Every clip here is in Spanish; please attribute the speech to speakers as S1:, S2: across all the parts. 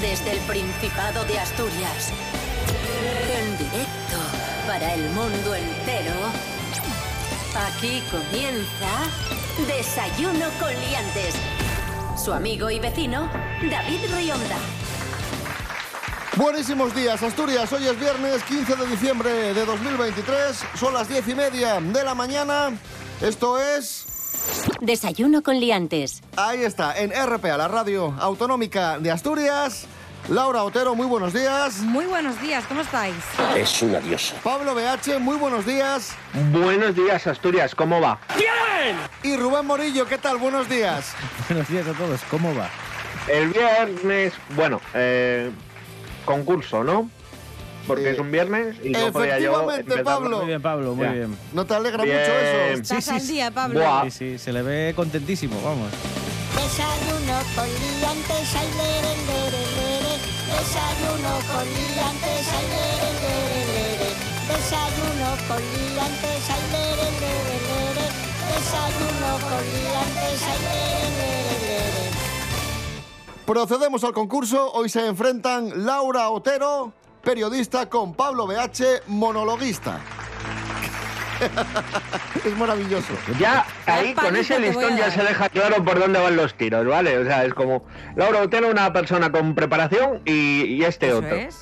S1: Desde el Principado de Asturias. En directo para el mundo entero. Aquí comienza Desayuno con Liantes. Su amigo y vecino, David Rionda.
S2: Buenísimos días, Asturias. Hoy es viernes 15 de diciembre de 2023. Son las diez y media de la mañana. Esto es.
S1: Desayuno con Liantes.
S2: Ahí está, en RPA, la radio autonómica de Asturias. Laura Otero, muy buenos días.
S3: Muy buenos días, ¿cómo estáis?
S4: Es una diosa.
S2: Pablo BH, muy buenos días.
S5: Buenos días, Asturias, ¿cómo va?
S4: ¡Bien!
S2: Y Rubén Morillo, ¿qué tal? Buenos días.
S6: Buenos días a todos, ¿cómo va?
S5: El viernes, bueno, eh, concurso, ¿no? Porque
S2: Eh,
S5: es un viernes y no podía yo.
S2: efectivamente,
S5: empezar-
S2: Pablo.
S6: Muy bien, Pablo, muy
S5: Ya.
S6: bien.
S2: ¿No te alegra
S5: Bien.
S2: mucho eso?
S3: ¿Estás
S6: sí,
S3: al
S6: sí.
S3: día, Pablo?
S5: Buah.
S6: Sí, sí, se le ve contentísimo, vamos.
S7: Desayuno con liantes, ay, lere, lere, lere. Desayuno con liantes, ay, lere, lere, lere. Desayuno con liantes, ay, lere, lere, lere. Desayuno con liantes, ay, lere, lere, lere.
S2: Procedemos al concurso. Hoy se enfrentan Laura Otero, periodista, con Pablo BH, monologuista. es maravilloso.
S5: Ya ahí
S3: Las
S5: con ese
S3: palizas te voy a
S5: listón ya
S3: dar.
S5: se deja claro por dónde van los tiros, ¿vale? O sea, es como Laura Otero, una persona con preparación y, y este
S3: Eso
S5: otro.
S3: es.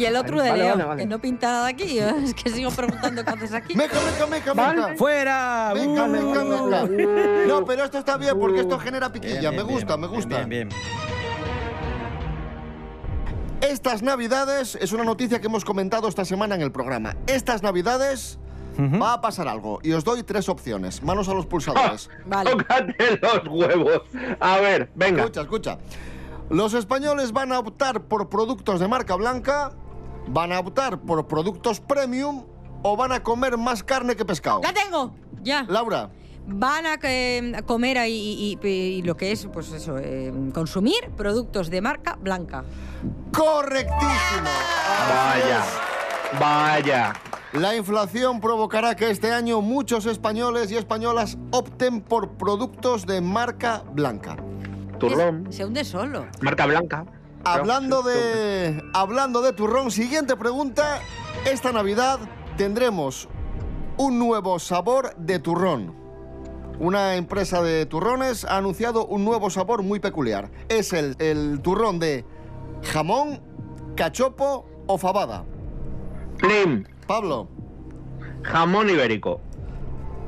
S3: Y el otro de
S5: Vale,
S3: León,
S5: vale, vale.
S3: que no pinta nada aquí. ¿eh? Es que sigo preguntando qué haces aquí.
S2: Meca, meca, meca, meca.
S5: Vale.
S6: ¡Fuera!
S2: Meca,
S6: ¡Uh!
S2: meca, meca. No, pero esto está bien porque esto genera
S6: Bien,
S2: piquilla. Me
S6: bien,
S2: gusta,
S6: bien,
S2: me
S6: bien,
S2: gusta.
S6: Bien, bien.
S2: Estas navidades es una noticia que hemos comentado esta semana en el programa. Estas navidades va a pasar algo y os doy tres opciones. Manos a los pulsadores.
S5: Ah.
S3: Vale.
S5: Tócate los huevos. A ver, venga.
S2: Escucha, escucha. Los españoles van a optar por productos de marca blanca, van a optar por productos premium o van a comer más carne que pescado.
S3: ¡La tengo! Ya.
S2: Laura,
S3: Van a eh, comer ahí y, y- y lo que es, pues eso, eh, consumir productos de marca blanca.
S2: correctísimo. Así
S5: Vaya.
S2: es.
S5: Vaya.
S2: La inflación provocará que este año muchos españoles y españolas opten por productos de marca blanca.
S5: Turrón.
S3: Se hunde solo.
S5: Marca blanca.
S2: Hablando de, hablando de turrón, siguiente pregunta. Esta Navidad tendremos un nuevo sabor de turrón. Una empresa de turrones ha anunciado un nuevo sabor muy peculiar. Es el, el turrón de jamón, cachopo o fabada.
S5: Plim.
S2: Pablo,
S5: Jamón ibérico.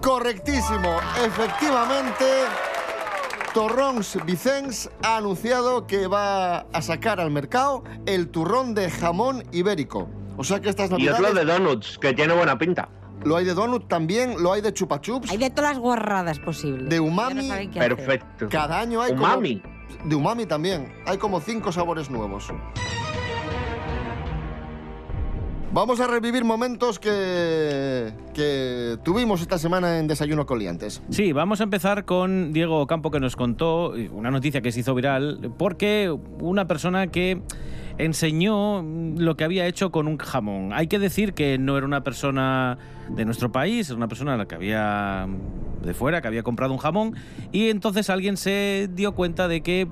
S2: correctísimo. Efectivamente, Torrons Vicens ha anunciado que va a sacar al mercado el turrón de jamón ibérico. O sea que estas
S5: Y
S2: navidades
S5: otro de donuts, que tiene buena pinta.
S2: Lo hay de donut también, lo hay de chupa chups.
S3: Hay de todas las guarradas posibles.
S2: De
S3: Ya no
S2: umami,
S3: saben qué hacer.
S5: Perfecto.
S2: Cada año hay como-
S5: Umami.
S2: De umami también. Hay como cinco sabores nuevos. Vamos a revivir momentos que, que tuvimos esta semana en Desayuno Coliantes.
S6: Sí, vamos a empezar con Diego Campo que nos contó eh, una noticia que se hizo viral porque una persona que enseñó lo que había hecho con un jamón. Hay que decir que no era una persona de nuestro país, era una persona a la que había de fuera, que había comprado un jamón y entonces alguien se dio cuenta de que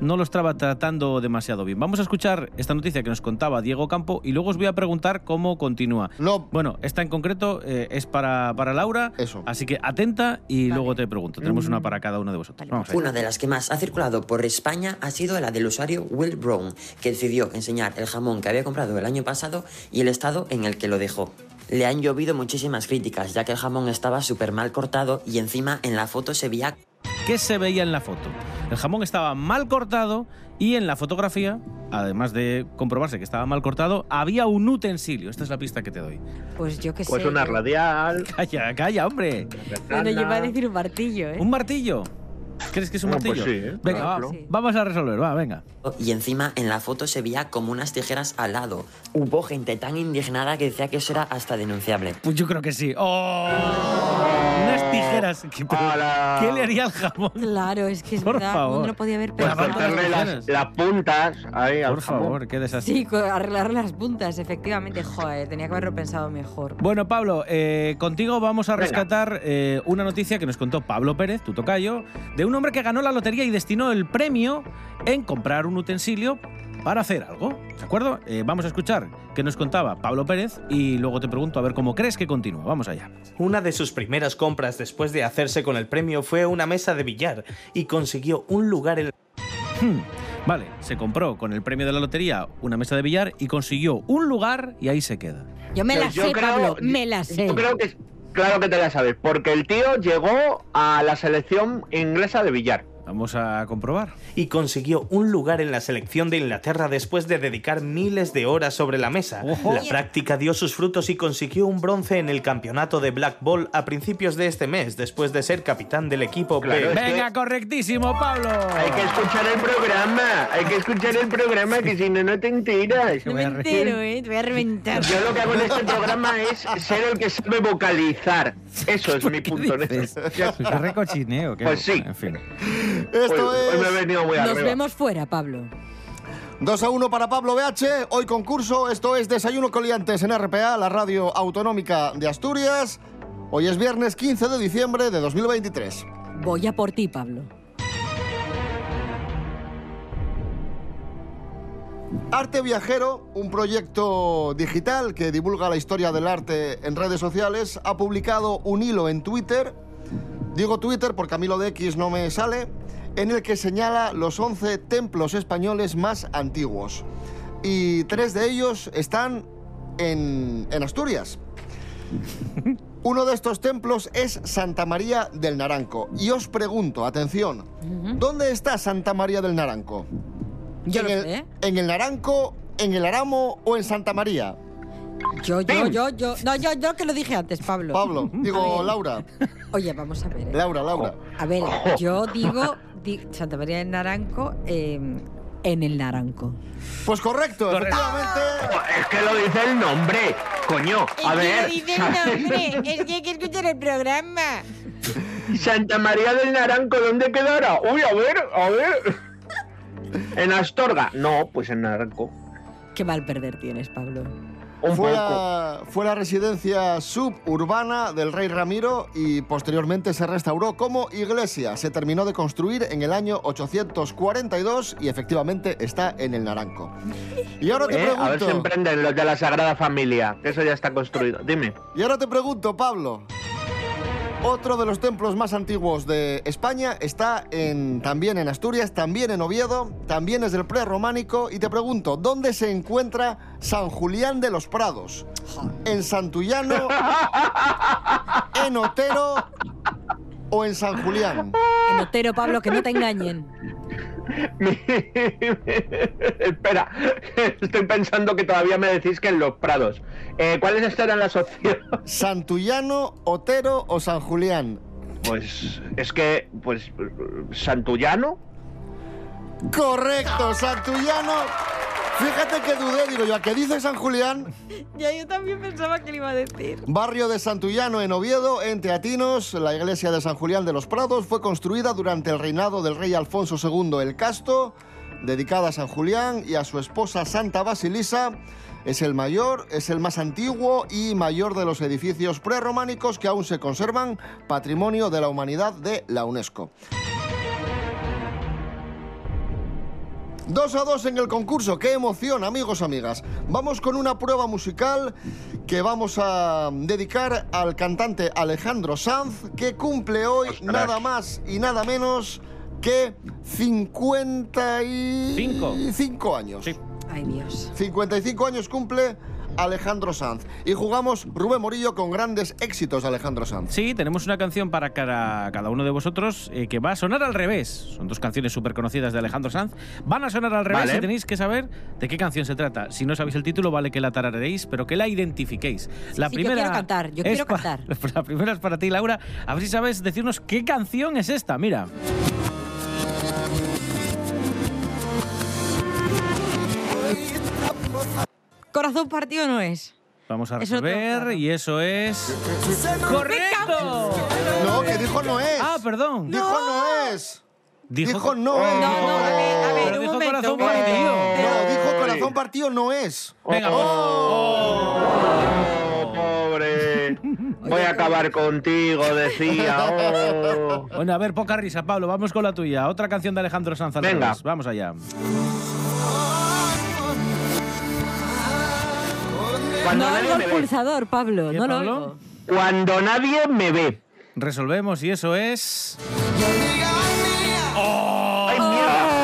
S6: no lo estaba tratando demasiado bien. Vamos a escuchar esta noticia que nos contaba Diego Campo y luego os voy a preguntar cómo continúa.
S2: No,
S6: Bueno, esta en concreto eh, es para, para Laura.
S2: Eso.
S6: Así que atenta y
S3: Vale. Mm.
S6: luego te pregunto. Tenemos una para cada uno de vosotros.
S3: Vale.
S6: Vamos allá.
S8: Una de las que más ha circulado por España ha sido la del usuario Will Brown, que decidió enseñar el jamón que había comprado el año pasado y el estado en el que lo dejó. Le han llovido muchísimas críticas, ya que el jamón estaba súper mal cortado y encima en la foto se veía
S6: ¿Qué se veía en la foto? El jamón estaba mal cortado y en la fotografía, además de comprobarse que estaba mal cortado, había un utensilio. Esta es la pista que te doy.
S3: Pues yo qué sé.
S5: Pues una
S3: yo-
S5: radial.
S6: Calla, calla, hombre.
S3: Bueno, yo iba a
S5: ventana.
S3: decir un martillo, ¿eh?
S6: ¿Un martillo? ¿Crees que es un
S5: Ah, pues
S6: martillo?
S5: sí, ¿eh?
S6: Venga,
S5: Claro.
S6: va,
S3: Sí.
S6: vamos a resolver. Va, venga.
S8: y encima en la foto se veía como unas tijeras al lado. Hubo gente tan indignada que decía que eso era hasta denunciable.
S6: Pues yo creo que sí. ¡Oh! No está tijeras. ¿Qué, pero
S5: a la-
S6: ¿qué le haría al jamón?
S3: Claro, es que es
S6: Por
S3: verdad.
S6: favor.
S3: No lo podía haber
S5: Pues
S6: Pero
S3: pensado.
S6: aparte de
S5: cortarle
S6: las
S5: las,
S6: tijeras.
S5: las puntas ahí al
S6: Por
S5: jamón.
S6: favor, qué desastre.
S3: Sí, co- arreglar las puntas, efectivamente. Joder, tenía que haberlo pensado mejor.
S6: Bueno, Pablo, eh, contigo vamos a
S5: Venga.
S6: rescatar eh, una noticia que nos contó Pablo Pérez, tu tocayo, de un hombre que ganó la lotería y destinó el premio en comprar un utensilio para hacer algo. ¿De acuerdo? Eh, vamos a escuchar qué nos contaba Pablo Pérez y luego te pregunto a ver cómo crees que continúa. Vamos allá.
S4: Una de sus primeras compras después de hacerse con el premio fue una mesa de billar y consiguió un lugar en
S6: Hmm, Vale, se compró con el premio de la lotería una mesa de billar y consiguió un lugar y ahí se queda.
S3: Yo me
S5: Yo-
S3: la
S5: yo
S3: sé,
S5: creo-
S3: Pablo, me la sé.
S5: Yo creo que claro que te la sabes, porque el tío llegó a la selección inglesa de billar.
S6: Vamos a comprobar.
S4: y consiguió un lugar en la selección de Inglaterra después de dedicar miles de horas sobre la mesa.
S6: Ojo.
S4: La práctica dio sus frutos y consiguió un bronce en el campeonato de Black Ball a principios de este mes, después de ser capitán del equipo
S5: Claro,
S4: B.
S5: es que-
S6: Venga, correctísimo, Pablo.
S5: Hay que escuchar el programa, hay que escuchar el programa, que si no, no te enteras.
S3: No me entero, ¿eh? Te voy a reventar.
S5: Yo lo que hago en este programa es ser el que sabe vocalizar. Eso es mi punto en esto. Ya
S6: Qué
S5: está.
S6: recochineo, qué-
S5: Pues sí.
S6: En fin.
S5: Hoy,
S2: Esto
S5: pues, hoy me he
S2: es
S5: venido muy
S3: Nos
S5: arriba.
S3: vemos fuera, Pablo.
S2: 2 a 1 para Pablo BH. Hoy concurso. Esto es Desayuno Coliantes en RPA, la radio autonómica de Asturias. Hoy es viernes 15 de diciembre de 2023.
S3: Voy a por ti, Pablo.
S2: Arte Viajero, un proyecto digital que divulga la historia del arte en redes sociales, ha publicado un hilo en Twitter, digo Twitter porque a mí lo de X no me sale, en el que señala los 11 templos españoles más antiguos. Y tres de ellos están en, en Asturias. Uno de estos templos es Santa María del Naranco. Y os pregunto, atención, ¿dónde está Santa María del Naranco?
S3: Yo
S2: en,
S3: lo
S2: el,
S3: sé.
S2: en el Naranco, en el Aramo o en Santa María?
S3: Yo, yo, yo, yo. No, yo, yo que lo dije antes, Pablo.
S2: Pablo,
S3: A
S2: digo
S3: ver.
S2: Laura.
S3: Oye, vamos a ver. ¿eh?
S2: Laura, Laura.
S3: A ver,
S5: Oh.
S3: yo digo di- Santa María del Naranco eh, en el Naranco.
S2: Pues correcto, efectivamente.
S5: Es que lo dice el nombre, coño. A ver,
S3: es que hay que escuchar el programa.
S5: Santa María del Naranco, ¿dónde quedará? Uy, a ver, a ver. ¿En Astorga? No, pues en Naranco.
S3: Qué mal perder tienes, Pablo.
S5: Un
S2: Fue
S5: poco.
S2: la, fue la residencia suburbana del rey Ramiro y posteriormente se restauró como iglesia. Se terminó de construir en el año 842 y efectivamente está en el Naranco. Y ahora te
S5: Eh, A ver si
S2: pregunto,
S5: emprenden los de la Sagrada Familia, que eso ya está construido. Dime.
S2: y ahora te pregunto, Pablo. Otro de los templos más antiguos de España está en, también en Asturias, también en Oviedo, también es del prerrománico. Y te pregunto, ¿dónde se encuentra San Julián de los Prados? ¿En Santullano? ¿En Otero? ¿O en San Julián?
S3: En Otero, Pablo, que no te engañen.
S5: Espera, estoy pensando que todavía me decís que en los prados. Eh, ¿Cuáles eran las opciones?
S2: ¿Santullano, Otero o San Julián?
S5: Pues es que, pues, Santullano.
S2: Correcto, Santullano. Fíjate que dudé, digo yo, ¿a qué dice San Julián?
S3: Ya yo también pensaba que le iba a decir.
S2: Barrio de Santullano en Oviedo, en Teatinos, la iglesia de San Julián de los Prados fue construida durante el reinado del rey Alfonso II el Casto, dedicada a San Julián y a su esposa Santa Basilisa. Es el mayor, es el más antiguo y mayor de los edificios prerrománicos que aún se conservan, patrimonio de la humanidad de la UNESCO. 2 a 2 en el concurso, qué emoción amigos, amigas. Vamos con una prueba musical que vamos a dedicar al cantante Alejandro Sanz, que cumple hoy
S5: Ostras.
S2: nada más y nada menos que 55 años.
S6: Sí.
S3: Ay, Dios.
S2: 55 años cumple Alejandro Sanz. Y jugamos Rubén Morillo con grandes éxitos de Alejandro Sanz.
S6: Sí, tenemos una canción para cada, cada uno de vosotros eh, que va a sonar al revés. Son dos canciones súper conocidas de Alejandro Sanz. Van a sonar al revés
S5: Vale.
S6: y tenéis que saber de qué canción se trata. Si no sabéis el título, vale que la tarareéis, pero que la identifiquéis. la
S3: sí, yo quiero cantar, yo
S6: es
S3: quiero
S6: pa-
S3: cantar.
S6: La primera es para ti, Laura. A ver si sabes decirnos qué canción es esta. Mira.
S3: Corazón partido no es.
S6: Vamos a
S3: Es otro,
S6: resolver
S3: claro.
S6: y eso es... ¡Correcto!
S2: No, que dijo no es.
S6: Ah, perdón.
S2: Dijo no, es. Dijo, no es.
S3: No, no, a ver, a ver,
S6: Pero
S3: un
S6: dijo
S3: momento.
S6: corazón
S3: un momento.
S6: partido.
S3: Pero-
S2: No, dijo corazón partido no es.
S6: Venga,
S5: Oh, pobre. Voy a acabar contigo, decía. Oh.
S6: Bueno, a ver, poca risa, Pablo. Vamos con la tuya. Otra canción de Alejandro Sanz. al
S5: Venga.
S6: revés. Vamos allá.
S5: Cuando,
S3: No
S5: nadie
S3: oigo
S5: me
S3: el
S5: ve.
S3: pulsador, Pablo.
S6: ¿Qué,
S3: No lo
S6: Pablo?
S3: oigo.
S5: Cuando nadie me ve.
S6: Resolvemos y eso es...
S5: ¡Ay, mierda! Es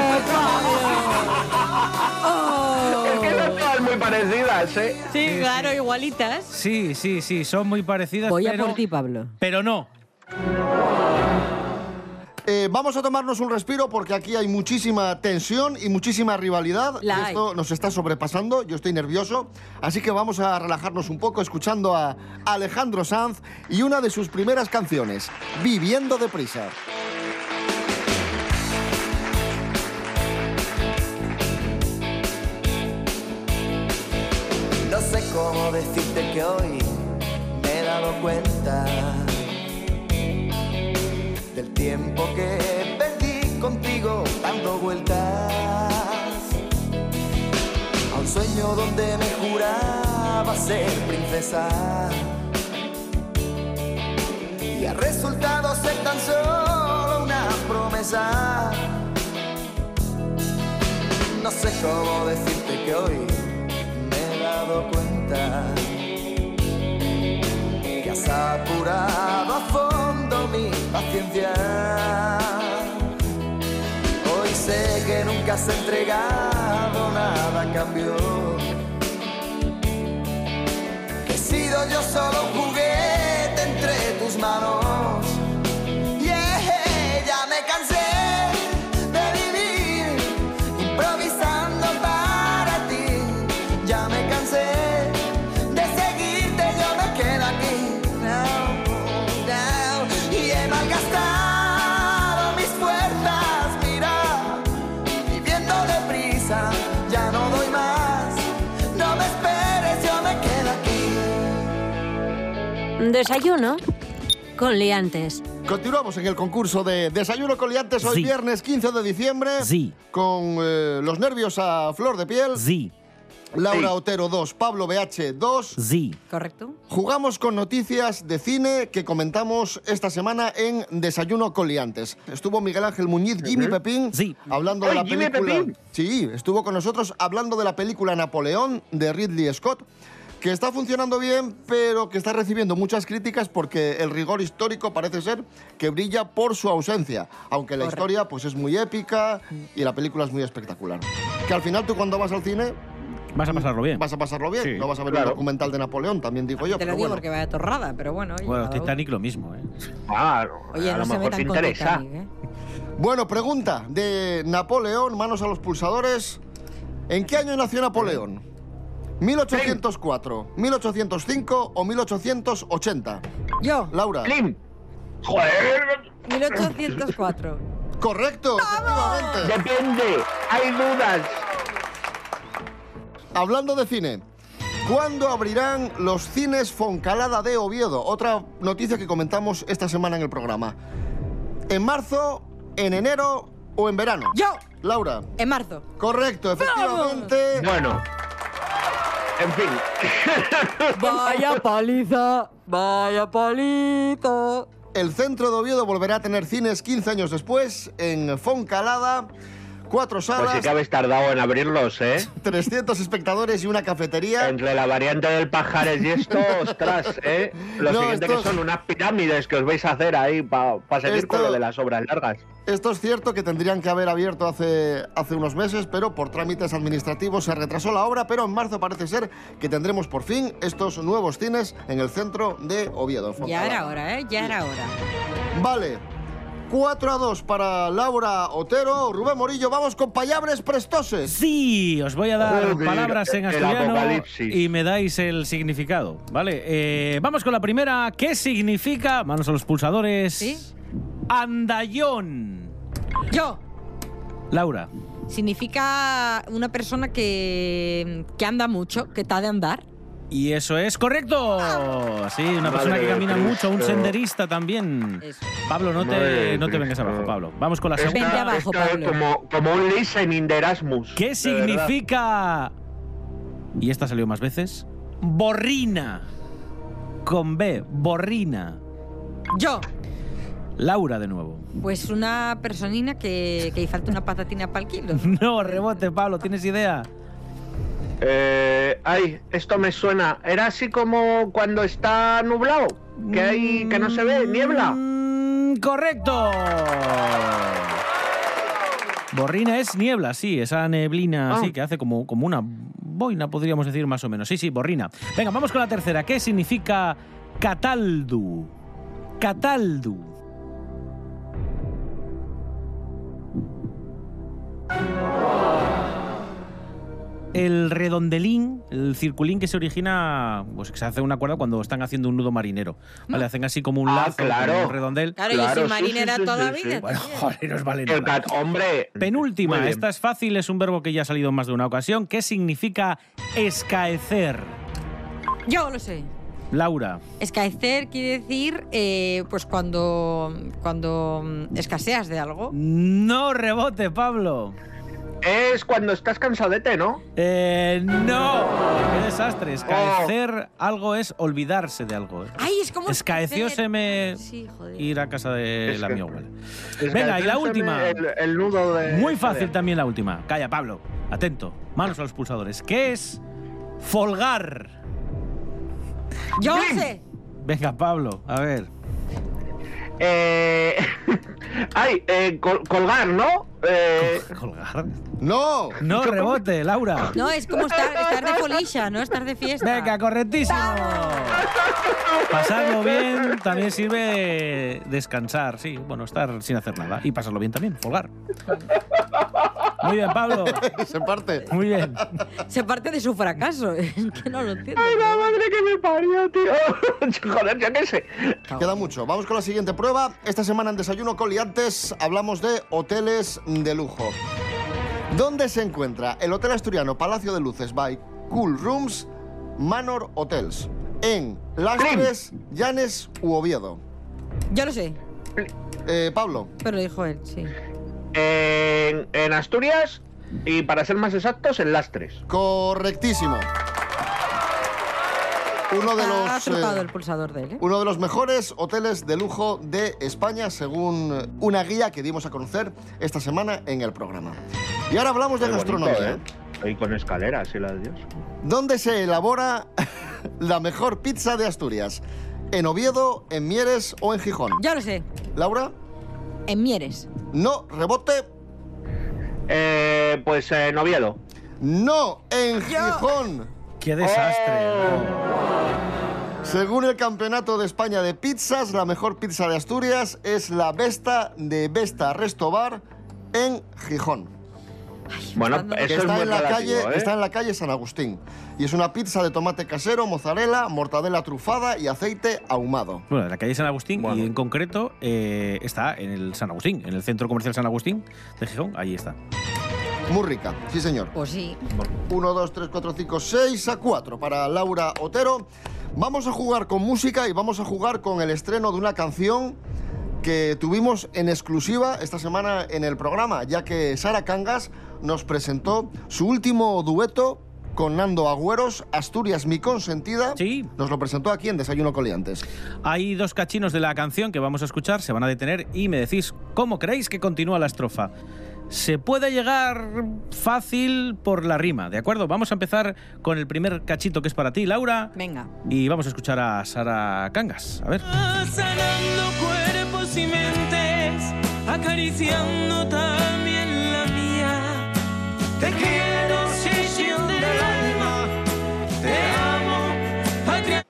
S5: que son todas muy parecidas, ¿eh?
S3: Sí, claro, igualitas.
S6: Sí, sí, sí. Son muy parecidas,
S3: Voy a
S6: pero...
S3: por ti, Pablo.
S6: Pero no.
S2: Eh, vamos a tomarnos un respiro porque aquí hay muchísima tensión y muchísima rivalidad.
S3: La
S2: Y
S3: hay.
S2: esto nos está sobrepasando, yo estoy nervioso. Así que vamos a relajarnos un poco escuchando a Alejandro Sanz y una de sus primeras canciones, Viviendo deprisa.
S9: No sé cómo decirte que hoy me he dado cuenta del tiempo que perdí contigo dando vueltas a un sueño donde me juraba ser princesa y ha resultado ser tan solo una promesa. No sé cómo decirte que hoy me he dado cuenta que has apurado a fondo mi paciencia. Hoy sé que nunca has entregado nada a cambio. Que he sido yo solo un juguete entre tus manos. Y ya me cansé de vivir improvisando para ti. Ya me cansé de seguirte, yo me quedo aquí. No, no. Y he malgastado mis fuerzas, mira, viviendo deprisa, ya no doy más. No me esperes, yo me quedo aquí.
S1: Desayuno con liantes.
S2: Continuamos en el concurso de Desayuno con Liantes hoy
S6: Sí.
S2: viernes 15 de diciembre.
S6: Sí.
S2: Con eh, los nervios a flor de piel.
S6: Sí,
S2: Laura Otero 2, Pablo BH 2.
S6: sí.
S3: ¿Correcto?
S2: Jugamos con noticias de cine que comentamos esta semana en Desayuno con Liantes. Estuvo Miguel Ángel Muñiz, Jimmy Pepín,
S6: Sí.
S2: hablando de
S5: Ay,
S2: la
S5: Jimmy
S2: película.
S5: Pepín.
S2: Sí, estuvo con nosotros hablando de la película Napoleón de Ridley Scott, que está funcionando bien, pero que está recibiendo muchas críticas porque el rigor histórico parece ser que brilla por su ausencia, aunque la historia pues es muy épica y la película es muy espectacular. Que al final tú cuando vas al cine
S6: Vas a pasarlo bien.
S2: vas a pasarlo bien,
S6: Sí,
S2: no vas a ver
S5: claro.
S2: un documental de Napoleón, también digo yo.
S3: Te
S2: pero
S3: lo digo
S2: bueno.
S3: porque vaya torrada, pero bueno. oye,
S6: Bueno,
S3: cada uno.
S6: Titanic lo mismo, ¿eh?
S5: Ah,
S3: Oye,
S5: a
S3: no
S5: lo
S3: se
S5: mejor te
S3: metan con
S5: interesa.
S3: Titanic, ¿eh?
S2: Bueno, pregunta de Napoleón, manos a los pulsadores. ¿En qué año nació Napoleón? ¿1804, 1805 o 1880?
S3: Yo,
S2: Laura.
S5: Slim. Joder,
S3: 1804.
S2: Correcto, efectivamente.
S5: depende. Hay dudas.
S2: Hablando de cine. ¿Cuándo abrirán los cines Foncalada de Oviedo? Otra noticia que comentamos esta semana en el programa. ¿En marzo, en enero o en verano?
S3: Yo,
S2: Laura.
S3: en marzo.
S2: Correcto, efectivamente.
S5: Bueno. En fin. pues
S3: Vaya paliza, vaya palito.
S2: El centro de Oviedo volverá a tener cines 15 años después en Foncalada. Cuatro
S5: Pues
S2: salas,
S5: sí que habéis tardado en abrirlos, ¿eh?
S2: 300 espectadores y una cafetería.
S5: Entre la variante del pajares y esto, ostras, ¿eh? Lo
S2: No,
S5: siguiente
S2: estos-
S5: que son unas pirámides que os vais a hacer ahí para seguir con
S2: Esto-
S5: lo de las obras largas.
S2: Esto es cierto que tendrían que haber abierto hace, hace unos meses, pero por trámites administrativos se retrasó la obra, pero en marzo parece ser que tendremos por fin estos nuevos cines en el centro de Oviedo. en
S3: Ya
S2: Foncalada.
S3: era hora, ¿eh? Ya era hora.
S2: Vale. 4 a 2 para Laura Otero, Rubén Morillo, vamos con Payabres Prestoses.
S6: Sí, os voy a dar
S5: Joder,
S6: palabras en
S5: el
S6: asturiano
S5: apocalipsis.
S6: y me dais el significado, ¿vale? Eh, vamos con la primera. ¿Qué significa? Manos a los pulsadores.
S3: Sí.
S6: Andallón.
S3: Yo.
S6: Laura.
S3: Significa una persona que, que anda mucho, que está de andar.
S6: Y eso es correcto. Sí, una persona
S5: Madre
S6: que
S5: de
S6: camina mucho, un
S5: Cristo.
S6: senderista también.
S3: Eso.
S6: Pablo, no
S5: Madre Ah. de
S6: te, no te vengas
S5: Cristo.
S6: abajo, Pablo. Vamos con la
S5: Esta-
S6: segunda.
S3: Vente abajo,
S5: esta es
S3: Pablo.
S5: Como, como un listening de Erasmus.
S6: ¿Qué
S5: de verdad.
S6: significa? Y esta salió más veces. Borrina. Con B, borrina.
S3: Yo,
S6: Laura de nuevo.
S3: pues una personina que, que falta una patatina para el kilo.
S6: No, rebote, Pablo, ¿tienes idea?
S5: Eh, ay, esto me suena. Era así como cuando está nublado, que hay, que no se ve, niebla.
S6: Mm, correcto. Borrina es niebla, sí, esa neblina
S5: Ah.
S6: así que hace como, como una boina, podríamos decir más o menos. Sí, sí, borrina. Venga, vamos con la tercera. ¿Qué significa cataldu? Cataldu. El redondelín, el circulín que se origina, pues que se hace una cuerda cuando están haciendo un nudo marinero. Vale, hacen así como un
S5: Ah,
S6: lazo,
S5: claro.
S6: con un redondel.
S3: Claro, yo
S5: Claro,
S3: soy
S5: sí,
S3: marinera
S5: sí, sí,
S3: toda la
S5: sí, sí.
S3: vida.
S6: Bueno, joder, nos vale
S5: El
S6: nada.
S5: cat, hombre. Muy
S6: Penúltima,
S5: bien.
S6: esta es fácil, es un verbo que ya ha salido en más de una ocasión. ¿Qué significa escaecer?
S3: Yo lo sé.
S6: Laura,
S3: Escaecer quiere decir, eh, pues cuando, cuando mm, escaseas de algo.
S6: no rebote, Pablo.
S5: Es cuando estás cansadete, ¿no?
S6: Eh, no, qué desastre. Escaecer algo es olvidarse de algo.
S3: Ay, es como.
S6: Escaeció se me
S3: Sí, joder.
S6: ir a casa de
S5: Es
S6: la
S5: que-
S6: mi abuela.
S5: Es
S6: Venga,
S5: que
S6: y la
S5: se me-
S6: última.
S5: El, eh, el nudo de.
S6: Muy fácil también la última. Calla, Pablo. Atento. Manos a los pulsadores. ¿Qué es folgar?
S3: Yo lo sé.
S6: Venga, Pablo, a ver.
S5: Eh, ay, eh, col- colgar, ¿no? Eh,
S6: ¿Colgar?
S2: ¡No!
S6: No rebote, Laura.
S3: No, es como estar, estar de folisha, ¿no? Estar de fiesta.
S6: Venga, correctísimo. Pasarlo bien también sirve descansar, sí, bueno, estar sin hacer nada y pasarlo bien también, folgar. Muy bien, Pablo.
S2: Se parte.
S6: Muy bien.
S3: Se parte de su fracaso. Es que no lo entiendo.
S5: ay, la madre que me parió, tío. Joder, yo qué sé.
S2: Queda mucho. Vamos con la siguiente prueba. Esta semana en Desayuno con Liantes hablamos de hoteles de lujo. ¿Dónde se encuentra el Hotel Asturiano Palacio de Luces by Cool Rooms Manor Hotels? En Lastres, Llanes u Oviedo.
S3: Yo lo sé,
S2: Eh, Pablo,
S3: pero lo dijo él, sí.
S5: En, en Asturias y para ser más exactos, en Lastres.
S2: correctísimo. Uno de
S3: Ha
S2: los...
S3: trucado
S2: eh,
S3: el pulsador de él, ¿eh?
S2: Uno de los mejores hoteles de lujo de España, según una guía que dimos a conocer esta semana en el programa. Y ahora hablamos de
S5: Qué bonito,
S2: gastronomía.
S5: ¿eh? Y con escaleras, y la de Dios.
S2: ¿Dónde se elabora la mejor pizza de Asturias? ¿En Oviedo, en Mieres o en Gijón?
S3: Yo lo sé,
S2: Laura,
S3: en Mieres.
S2: no, rebote,
S5: Eh, pues en Oviedo.
S2: no, en Gijón.
S6: Qué desastre.
S2: Según el Campeonato de España de Pizzas, la mejor pizza de Asturias es la Besta de Besta Restobar en Gijón.
S5: Bueno,
S3: Fernando,
S5: eso
S2: que
S5: es
S2: está
S5: muy
S2: en, la
S5: relativo,
S2: calle,
S5: ¿eh?
S2: está en la calle San Agustín. Y es una pizza de tomate casero, mozzarella, mortadela trufada y aceite ahumado.
S6: Bueno, en la calle San Agustín
S5: Bueno.
S6: y en concreto eh, está en el San Agustín, en el centro comercial San Agustín de Gijón, ahí está.
S2: Muy rica, sí señor.
S3: Pues sí.
S2: 1, 2, 3, 4, 5, 6 a 4 para Laura Otero. Vamos a jugar con música y vamos a jugar con el estreno de una canción que tuvimos en exclusiva esta semana en el programa, ya que Sara Cangas nos presentó su último dueto con Nando Agüeros, Asturias mi consentida.
S6: Sí.
S2: Nos lo presentó aquí en Desayuno Coliantes.
S6: Hay dos cachinos de la canción que vamos a escuchar, se van a detener y me decís cómo creéis que continúa la estrofa. Se puede llegar fácil por la rima, ¿de acuerdo? Vamos a empezar con el primer cachito que es para ti, Laura.
S3: Venga.
S6: Y vamos a escuchar a Sara Cangas. A ver.
S10: sanando cuerpos y mentes, acariciando también la mía. Te quiero, sesión del alma, te amo, patria.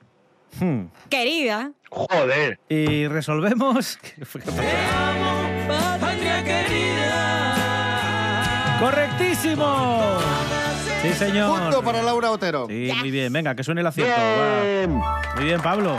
S6: Hmm.
S3: Querida,
S5: Joder.
S6: Y resolvemos. ¿Qué fue que pasó?
S10: Patria querida.
S6: ¡Correctísimo! Sí, señor.
S2: Punto para Laura Otero.
S6: Sí, muy bien. Venga, que suene el acierto. va.
S5: Bien.
S6: Muy bien, Pablo.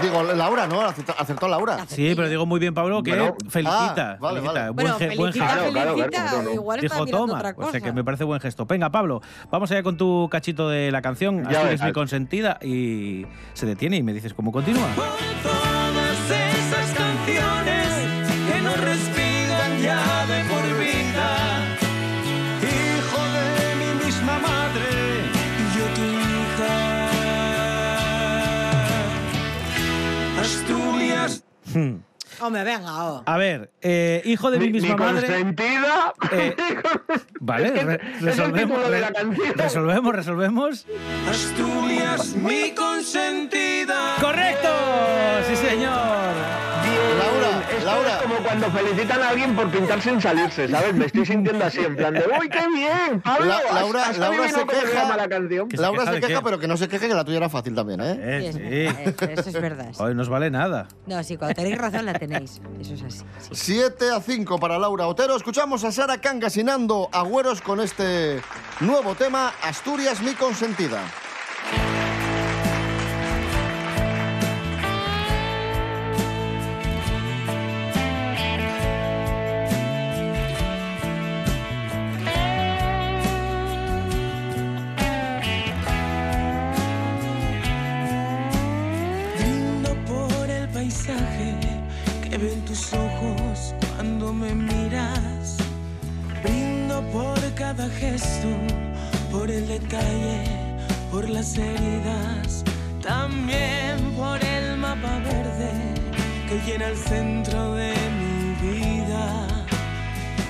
S2: Digo, Laura, ¿no? Acertó, acertó Laura.
S6: Sí, pero digo muy bien, Pablo, que
S5: Bueno,
S6: felicita.
S2: ah, vale, vale.
S6: felicita. Buen,
S3: Bueno,
S6: ge- buen
S3: felicita,
S6: gesto.
S5: Claro, claro,
S3: felicita,
S5: claro, claro.
S3: igual está
S6: Dijo,
S3: mirando
S6: toma.
S3: otra cosa.
S6: O sea, que me parece buen gesto. Venga, Pablo, vamos allá con tu cachito de la canción.
S5: Ya
S6: Así es
S5: verás.
S6: mi consentida. Y se detiene y me dices cómo continúa.
S10: por todas esas canciones que nos respiran ya de por vida. Hijo de mi misma madre, yo tu hija. Asturias.
S6: Hmm.
S3: Hombre, venga, oh.
S6: A ver, eh, hijo de mi, misma madre.
S5: consentida.
S6: Eh, Vale,
S5: Es el-
S6: re-
S5: es el
S6: resolvemos,
S5: título de
S6: re-
S5: la canción.
S6: resolvemos, resolvemos.
S10: Asturias, mi consentida.
S6: ¡Correcto! ¡Sí, señor!
S5: Bien.
S2: Laura,
S5: Esto
S2: Laura.
S5: es como cuando felicitan a alguien por pintar sin salirse, ¿sabes? Me estoy sintiendo así, en plan de ¡Uy, qué bien! Pablo,
S2: La- Laura,
S5: has- has
S2: Laura se
S5: adivinado cómo
S2: queja.
S5: llama la canción.
S6: Que se
S2: Laura
S6: queja
S2: se
S6: de qué.
S2: queja, pero que no se queje que la tuya era fácil también, ¿eh?
S6: Eh,
S3: Sí, es verdad,
S6: sí.
S3: eh, pero eso es verdad. sí.
S6: Hoy nos vale nada.
S3: No, sí, cuando tenéis razón la tenéis. Eso es así. sí.
S2: 7 a 5 para Laura Otero. Escuchamos a Sara Cangasinando Agüeros con este nuevo tema, Asturias mi consentida.
S10: Brindo por el paisaje que ven tus ojos cuando me miras. Brindo por cada gesto, por el detalle, por las heridas. También por el mapa verde que llena el centro de mi vida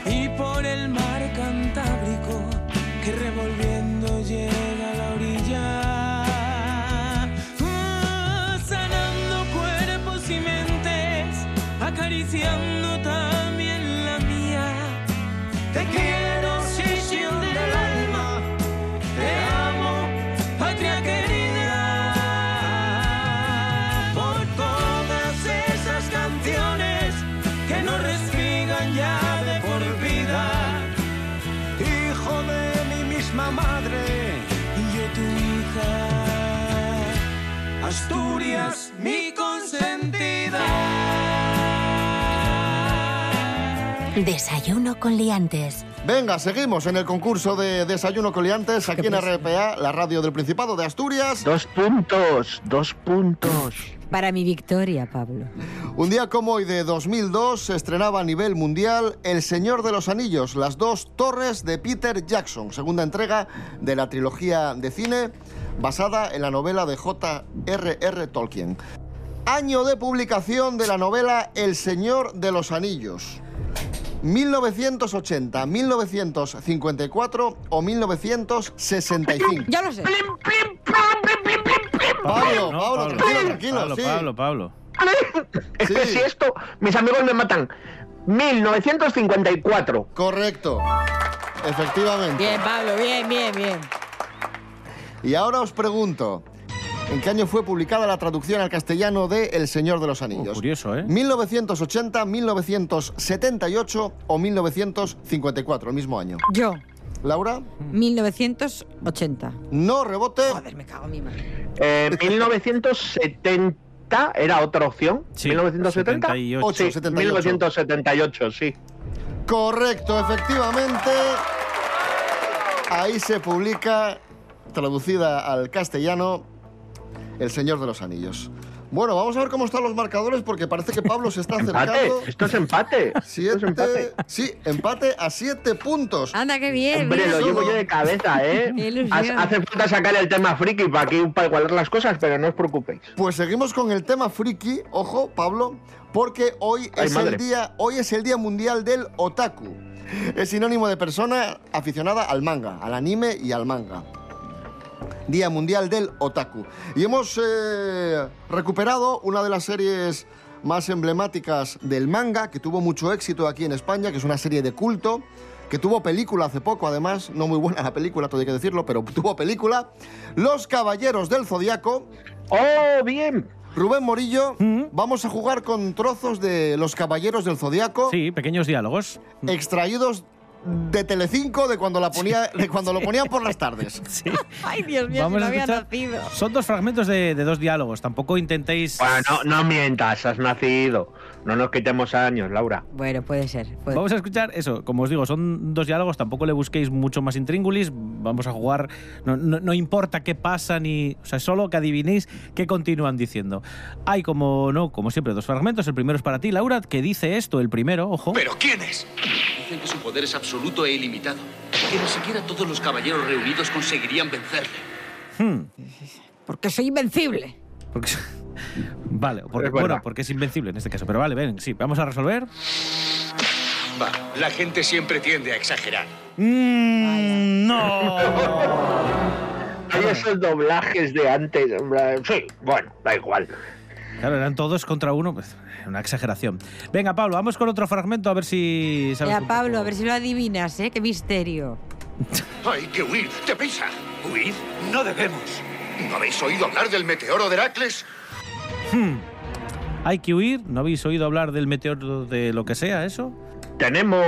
S10: y por el mar Cantábrico que revolviendo llega a la orilla. Ah, sanando cuerpos y mentes, acariciando también la mía. Te quiero, Seychelles del alma, te amo, patria querida. Por todas esas canciones que nos respiran ya de por vida. Hijo de mi misma madre y yo tu hija. Asturias, mi consentida.
S1: Desayuno con liantes.
S2: Venga, seguimos en el concurso de Desayuno Coliantes aquí en RPA, la radio del Principado de Asturias.
S5: Dos puntos, dos puntos.
S3: Para mi victoria, Pablo.
S2: Un día como hoy de 2002 se estrenaba a nivel mundial El Señor de los Anillos, las dos torres de Peter Jackson, segunda entrega de la trilogía de cine basada en la novela de J.R.R. Tolkien. Año de publicación de la novela El Señor de los Anillos. 1980, 1954 o 1965.
S3: Ya lo sé.
S2: Pablo,
S6: ¿no?
S2: Pablo, tranquilo, tranquilo,
S6: Pablo,
S2: sí.
S6: Pablo, Pablo.
S5: Es que
S2: Sí.
S5: si esto, mis amigos me matan. 1954.
S2: Correcto. Efectivamente.
S3: Bien, Pablo, bien, bien, bien.
S2: Y ahora os pregunto, ¿en qué año fue publicada la traducción al castellano de El Señor de los Anillos?
S6: Oh, curioso, ¿eh?
S2: 1980, 1978 o 1954, el mismo año.
S3: Yo,
S2: Laura,
S3: 1980.
S2: no rebote.
S3: Joder, me cago en mi madre.
S5: Eh, 1970 era otra opción.
S6: Sí,
S5: 1970.
S6: 78.
S5: Sí,
S2: 78.
S5: 1978, sí.
S2: Correcto, efectivamente. Ahí se publica, traducida al castellano, El Señor de los Anillos. Bueno, vamos a ver cómo están los marcadores porque parece que Pablo se está
S5: Empate,
S2: acercando.
S5: esto es empate. Esto es empate.
S2: Siete, sí, empate a siete puntos.
S3: Anda, qué bien.
S5: Hombre,
S3: mira.
S5: lo llevo yo de cabeza, ¿eh?
S3: Qué ilusión.
S5: Hace hace falta sacar el tema friki para aquí para igualar las cosas, pero no os preocupéis.
S2: Pues seguimos con el tema friki, ojo, Pablo, porque hoy
S5: Ay,
S2: es el
S5: madre.
S2: día, hoy es el día mundial del otaku. Es sinónimo de persona aficionada al manga, al anime y al manga. Día Mundial del Otaku. Y hemos eh, recuperado una de las series más emblemáticas del manga, que tuvo mucho éxito aquí en España, que es una serie de culto, que tuvo película hace poco, además, no muy buena la película, todo hay que decirlo, pero tuvo película. Los Caballeros del Zodiaco,
S5: ¡Oh, bien!
S2: Rubén Morillo,
S6: Mm.
S2: vamos a jugar con trozos de Los Caballeros del Zodiaco
S6: Sí, pequeños diálogos.
S2: extraídos de Telecinco de cuando la ponía, de cuando lo ponían por las tardes.
S6: Sí.
S3: Ay, Dios mío, si no había nacido.
S6: Son dos fragmentos de, de dos diálogos. Tampoco intentéis.
S5: Bueno, no, no mientas, has nacido. No nos quitemos años, Laura.
S3: Bueno, puede ser. puede-
S6: Vamos a escuchar eso. Como os digo, son dos diálogos. Tampoco le busquéis mucho más intríngulis. Vamos a jugar. No, no- no importa qué pasa ni. O sea, solo que adivinéis qué continúan diciendo. Hay como no, como siempre, dos fragmentos. El primero es para ti, Laura, que dice esto. El primero, ojo.
S11: ¿Pero quién es? Dicen que su poder es absoluto e ilimitado. Que ni siquiera todos los caballeros reunidos conseguirían vencerle.
S6: Hmm,
S3: Porque soy invencible.
S6: porque- vale, porque,
S5: Es verdad.
S6: bueno, porque es invencible en este caso. Pero vale, ven, sí, vamos a resolver.
S11: Va, la gente siempre tiende a exagerar.
S6: Mm, no.
S5: Hay esos doblajes de antes. en plan, Sí, bueno, da igual.
S6: Claro, eran todos contra uno. pues, Una exageración. Venga, Pablo, vamos con otro fragmento a ver si sabes.
S3: Ya,
S6: un
S3: Pablo,
S6: poco.
S3: a ver si lo adivinas, ¿eh? Qué misterio.
S11: Hay que huir, deprisa. ¿Huir? No debemos. ¿No habéis oído hablar del meteoro de Heracles?
S6: Hay que huir. ¿No habéis oído hablar del meteoro de lo que sea eso?
S5: Tenemos.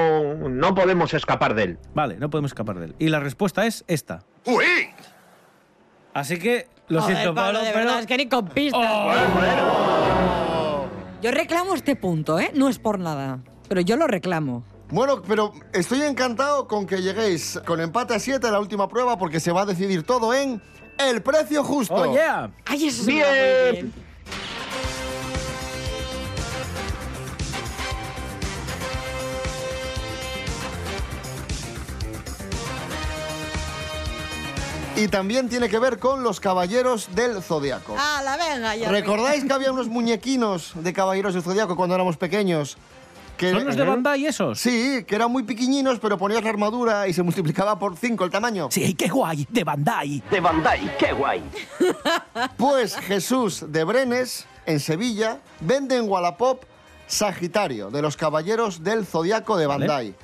S5: No podemos escapar de él.
S6: Vale, no podemos escapar de él. Y la respuesta es esta.
S11: ¡Huid!
S6: Así que lo
S3: Joder,
S6: siento, Pablo,
S3: Pablo, de
S6: pero- Oh.
S3: verdad, es que ni con pistas. Yo reclamo este punto, ¿eh? No es por nada, pero yo lo reclamo.
S2: Bueno, pero estoy encantado con que lleguéis con empate a 7 a la última prueba porque se va a decidir todo en el precio justo.
S6: Oh, yeah.
S3: Ay, eso se me
S5: Bien.
S3: da muy bien.
S2: Y también tiene que ver con los caballeros del zodiaco.
S3: Ah, la venga, ya.
S2: ¿Recordáis que había unos muñequinos de caballeros del zodiaco cuando éramos pequeños? Que,
S6: ¿Son los de Bandai esos?
S2: ¿Eh? Sí, que eran muy pequeñinos, pero ponías la armadura y se multiplicaba por 5 el tamaño.
S6: Sí, qué guay, de Bandai.
S5: De Bandai, qué guay.
S2: Pues Jesús de Brenes, en Sevilla, vende en Wallapop Sagitario, de los Caballeros del Zodiaco de Bandai.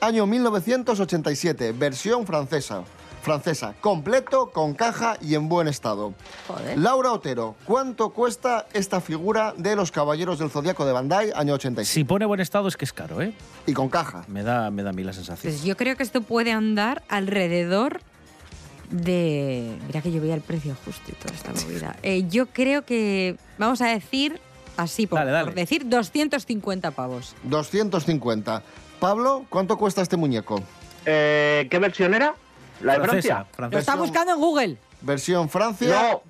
S2: Año 1987, versión francesa. Francesa, completo, con caja y en buen estado.
S3: Joder.
S2: Laura Otero, ¿cuánto cuesta esta figura de los Caballeros del Zodiaco de Bandai, año 87?
S6: Si pone buen estado es que es caro, ¿eh?
S2: Y con caja.
S6: Me da, me da a mí la sensación.
S3: Pues yo creo que esto puede andar alrededor de. Mira que yo veía el precio justo y toda esta movida. Eh, yo creo que. Vamos a decir. Así, por,
S6: Dale, dale.
S3: por decir, 250 pavos.
S2: 250. Pablo, ¿cuánto cuesta este muñeco?
S5: Eh, ¿Qué versión era? ¿La de
S6: francesa,
S5: Francia?
S3: Lo
S6: francesa.
S3: está buscando en Google.
S2: Versión Francia.
S5: No,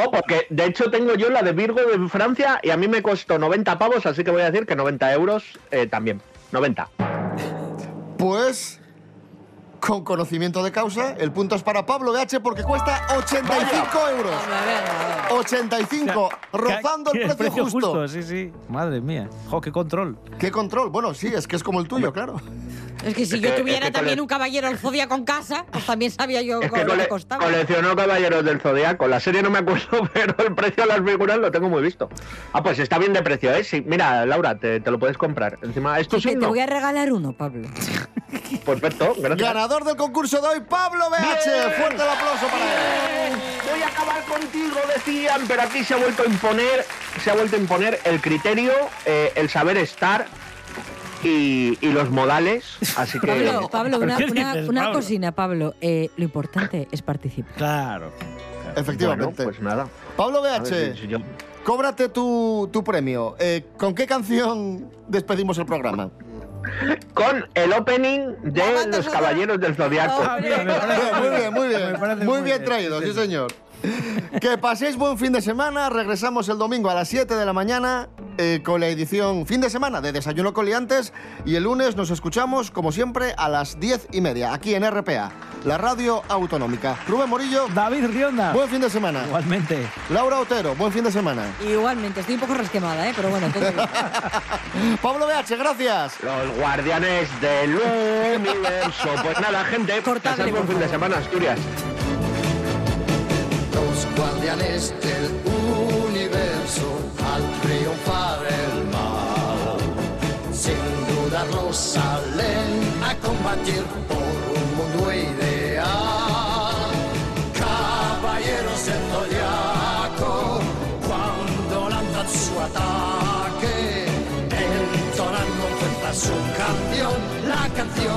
S5: no, porque de hecho tengo yo la de Virgo de Francia y a mí me costó 90 pavos, así que voy a decir que 90 euros eh, también. 90.
S2: Pues, con conocimiento de causa, el punto es para Pablo BH porque cuesta 85 euros. 85, rozando
S6: Que-
S2: el
S6: que
S2: precio, justo.
S6: Sí, sí. Madre mía. Jo, qué control.
S2: ¿Qué control? Bueno, sí, es que es como el tuyo, claro.
S3: Es que si
S5: Es
S3: yo
S5: que-
S3: tuviera
S5: es que
S3: también
S5: cole-
S3: un caballero al zodíaco en casa, pues también sabía yo
S5: Es que
S3: con lo que
S5: cole-
S3: costaba.
S5: coleccionó Caballeros del Zodiaco. La serie no me acuerdo, pero el precio de las figuras lo tengo muy visto. Ah, pues está bien de precio, ¿eh? Sí, mira, Laura, te, te lo puedes comprar. Encima, esto
S3: Que
S5: sí,
S3: te voy a regalar uno, Pablo.
S5: Perfecto, gracias.
S2: Ganador del concurso de hoy, Pablo BH. Fuerte el aplauso para él.
S5: Voy a acabar contigo, decían, pero aquí se ha vuelto a imponer, se ha vuelto a imponer el criterio, eh, el saber estar y, y los modales. Así que.
S3: Pablo, Pablo, una,
S6: ¿Qué
S3: una-
S6: dices,
S3: una
S6: Pablo?
S3: cocina, Pablo. Eh, lo importante es participar.
S6: Claro.
S5: Bueno,
S2: Efectivamente.
S5: pues nada.
S2: Pablo
S5: A ver,
S2: BH,
S5: si yo-
S2: cóbrate tu, tu premio. Eh, ¿Con qué canción despedimos el programa?
S5: Con el opening
S3: La
S5: de
S3: banda
S5: Los
S3: sonora.
S5: Caballeros del Zodiaco.
S3: Ah,
S6: bien, me parece
S2: Muy bien, muy
S6: Me
S2: bien.
S6: parece
S2: Muy bien
S6: sí,
S2: traído, sí,
S6: señor.
S2: señor. Que paséis buen fin de semana. Regresamos el domingo a las 7 de la mañana eh, con la edición fin de semana de Desayuno con Liantes. Y el lunes nos escuchamos, como siempre, a las 10 y media, aquí en RPA, la radio autonómica. Rubén Morillo,
S6: David Rionda.
S2: buen fin de semana.
S6: Igualmente.
S2: Laura Otero, buen fin de semana.
S3: Igualmente, estoy un poco resquemada, ¿eh? pero bueno, todo bien.
S2: Pablo BH, gracias.
S5: Los guardianes del universo. Pues nada, gente.
S3: Cortadle,
S5: pasad buen
S3: por
S5: fin de semana, Asturias.
S9: Los guardianes del universo al triunfar el mal. Sin dudarlo salen a combatir por un mundo ideal. Caballeros del zodiaco, cuando lanzan su ataque, entonan con fuerza su canción, la canción